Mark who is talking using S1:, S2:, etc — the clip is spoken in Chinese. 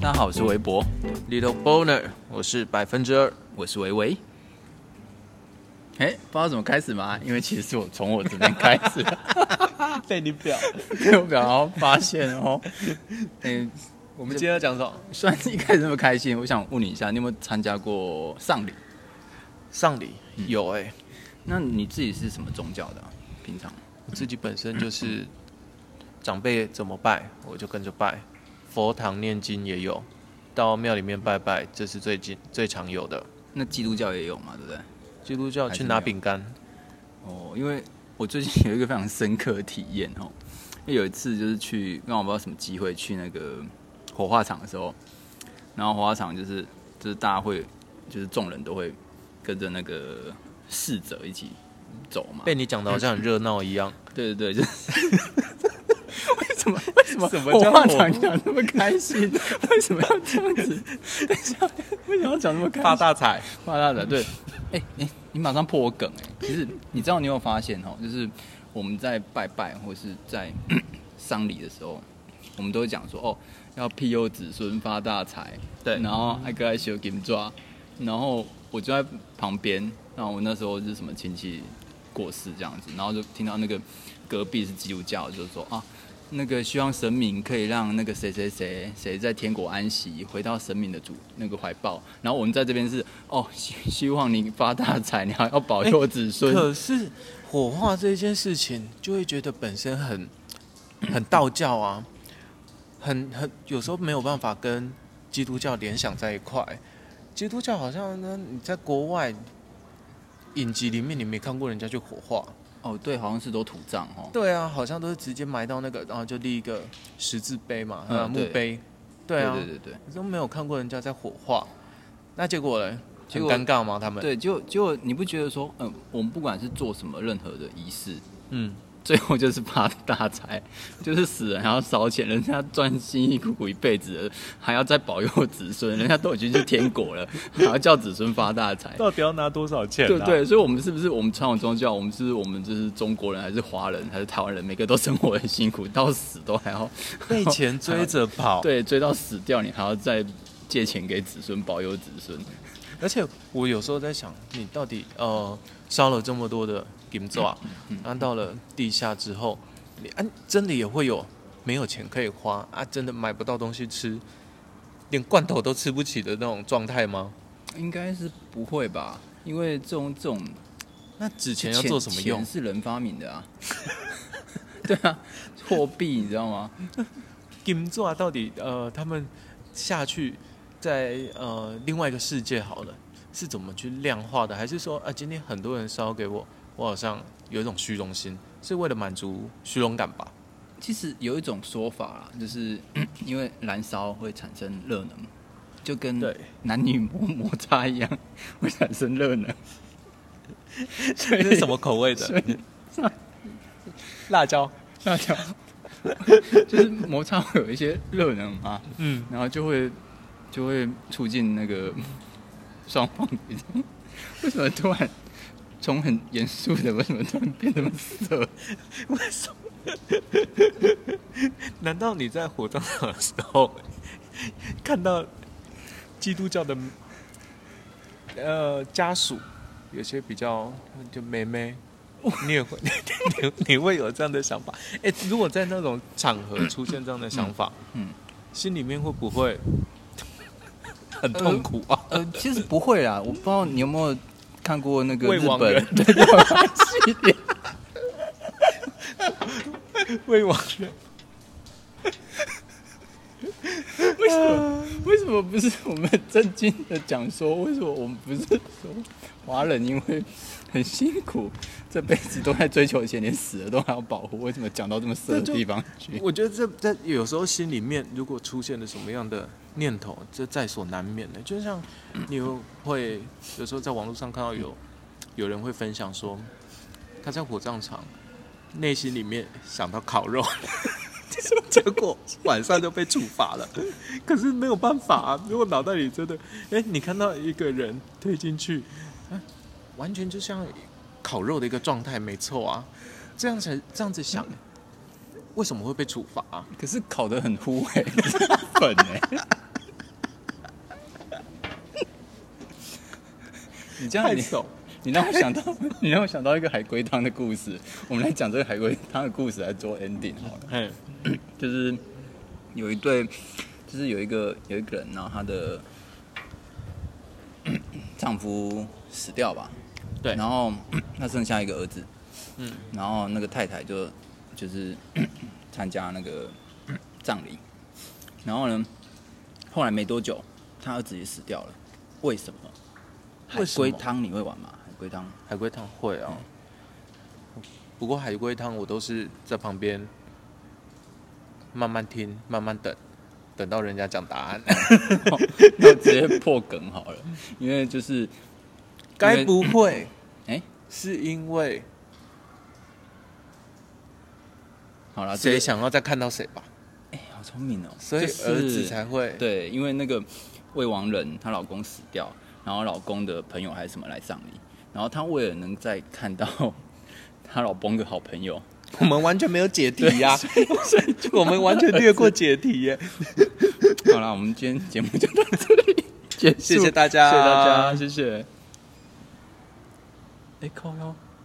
S1: 大家好，我是韦博，Little Boner，我是百分之二，
S2: 我是维维。哎、不知道怎么开始吗？因为其实是我从我这边开始，
S1: 被你表。
S2: 我然后发现哦，哎、
S1: 我们今天要讲什么？
S2: 虽然一开始那么开心，我想问你一下，你有没有参加过丧礼？
S1: 上礼有哎、
S2: 那你自己是什么宗教的啊、平常
S1: 我自己本身就是长辈怎么拜，我就跟着拜。佛堂念经也有，到庙里面拜拜，这是最近最常有的。
S2: 那基督教也有嘛，对不对？
S1: 基督教
S2: 还是
S1: 去拿
S2: 没有
S1: 饼干，
S2: 哦，因为我最近有 一个非常深刻的体验哦，因为有一次就是去，让我不知道什么机会去那个火化场的时候，然后火化场就是就是大家会就是众人都会跟着那个逝者一起走嘛，
S1: 被你讲的好像很热闹一样。
S2: 对对对，就是 为什么 为什么
S1: 什么
S2: 火
S1: 叫
S2: 化
S1: 火
S2: 场讲那么开心？ 为什么要这样子？等一下为什么要讲那么开心？
S1: 大财，
S2: 发大的，对。哎、哎、你马上破我梗哎、其实你知道，你有发现哦，就是我们在拜拜或是在 丧礼的时候，我们都会讲说哦，要庇佑子孙发大财，
S1: 对
S2: 然后还跟修金抓，然后我就在旁边，然后我那时候是什么亲戚过世这样子，然后就听到那个隔壁是基督教，就说啊。那个希望神明可以让那个谁谁谁谁在天国安息，回到神明的主那个怀抱。然后我们在这边是哦，希希望你发大财，你还要保佑子孙。
S1: 哎可是火化这件事情，就会觉得本身很 很道教啊，很很有时候没有办法跟基督教联想在一块。基督教好像呢，你在国外影集里面，你没看过人家去火化。
S2: 哦，对，好像是都土葬哦。
S1: 对啊，好像都是直接埋到那个，然后就立一个十字碑嘛，
S2: 嗯
S1: 呃，墓
S2: 对
S1: 碑。对啊，
S2: 对对对
S1: 都没有看过人家在火化。那结果呢？
S2: 结
S1: 很
S2: 果
S1: 尴尬吗？他们
S2: 对，对，就就你不觉得说，嗯，我们不管是做什么任何的仪式，
S1: 嗯，
S2: 最后就是发大财， 就是死人还要烧钱，人家赚辛辛苦苦一辈子了，还要再保佑子孙， 人家都已经去天国了， 还要叫子孙发大财。
S3: 到底要拿多少钱、啊？
S2: 对对，所以，我们是不是我们传统宗教，我们是不是我们就是中国人，还是华人，还是台湾人，每个都生活得很辛苦，到死都还要
S3: 被钱 追着跑。
S2: 对追到死掉，你还要再借钱给子孙保佑子孙。
S1: 而且我有时候在想，你到底呃烧了这么多的金子啊，
S2: 嗯
S1: 然后到了地下之后，你啊真的也会有没有钱可以花啊，真的买不到东西吃，连罐头都吃不起的那种状态吗？
S2: 应该是不会吧？因为这种这种
S1: 那纸钱要做什么用
S2: 钱？是人发明的啊。 对啊，货币你知道吗？
S1: 金座到底呃，他们下去在呃另外一个世界好了，是怎么去量化的？还是说啊，今天很多人烧给我，我好像有一种虚荣心，是为了满足虚荣感吧？
S2: 其实有一种说法啦，就是 因为燃烧会产生热能，就跟
S1: 对
S2: 男女摩摩擦一样， 会产生热能。 所
S1: 这
S2: 以
S1: 是 什么口味
S2: 所
S1: 的？
S2: 以
S1: 辣椒。
S2: 辣椒 就是摩擦会有一些热能嘛，
S1: 嗯，
S2: 然后就会就会促进那 个双方比较。为什么突然从很严肃的，为什么突然变那么色？
S1: 难道你在火葬场的时候 看到基督教的呃家属有些比较就妹 妹，你也会 你你会有这样的想法？哎、如果在那种场合出现这样的想法，
S2: 嗯
S1: 嗯，心里面会不会很痛苦啊？
S2: 呃，其实不会啦，我不知道你有没有看过那个
S1: 未
S2: 日
S1: 亡
S2: 本
S1: 人
S2: 对日本系列，
S1: 未亡人，
S2: 为什么为什么不是我们正经的讲说？为什么我们不是说华人因为很辛苦，这辈子都在追求钱，连死了都还要保护？为什么讲到这么色的地方去？
S1: 我觉得这在有时候心里面如果出现了什么样的念头，这在所难免的。就像你有会有时候在网络上看到有有人会分享说，他在火葬场内心里面想到烤肉， 结果 晚上就被处罚了。可是没有办法啊，如果脑袋里真的，哎、你看到一个人推进去，啊完全就像烤肉的一个状态，没错啊。这样才这样子想，为什么会被处罚啊、
S2: 可是烤得很糊哎、粉哎、你这样
S1: 太
S2: 你
S1: 丑。
S2: 你让我想到，你让我想到一个海龟汤的故事。我们来讲这个海龟汤的故事来做 ending 好了。
S1: 哎，
S2: 就是有一对，就是有一个有一个人，然后她的 丈夫死掉吧，
S1: 对
S2: 然后 她剩下一个儿子，嗯，然后那个太太就就是 参加那个
S1: 嗯
S2: 葬礼，然后呢，后来没多久，她儿子也死掉了，为什么？海
S1: 为什
S2: 龟
S1: 么
S2: 汤你会玩吗？海龟汤
S1: 海龟汤会啊，不过海龟汤我都是在旁边慢慢听，慢慢等，等到人家讲答 案。
S2: 那直接破梗好了，因为就是
S1: 该不会
S2: 哎、
S1: 是因为
S2: 好了，这
S1: 啊谁
S2: 个
S1: 想要再看到谁吧？
S2: 哎、好聪明哦！
S1: 所
S2: 就
S1: 以
S2: 是
S1: 儿子才会
S2: 对，因为那个未亡人她老公死掉，然后老公的朋友还是什么来葬礼，然后她为了能再看到 她老公的好朋友，
S1: 我们完全没有解题呀、 我们完全略过解题 耶。
S2: 好啦，我们今天节目就到这里，结束，
S1: 谢谢大家
S2: 谢谢大家，谢谢。
S3: 哎，靠腰。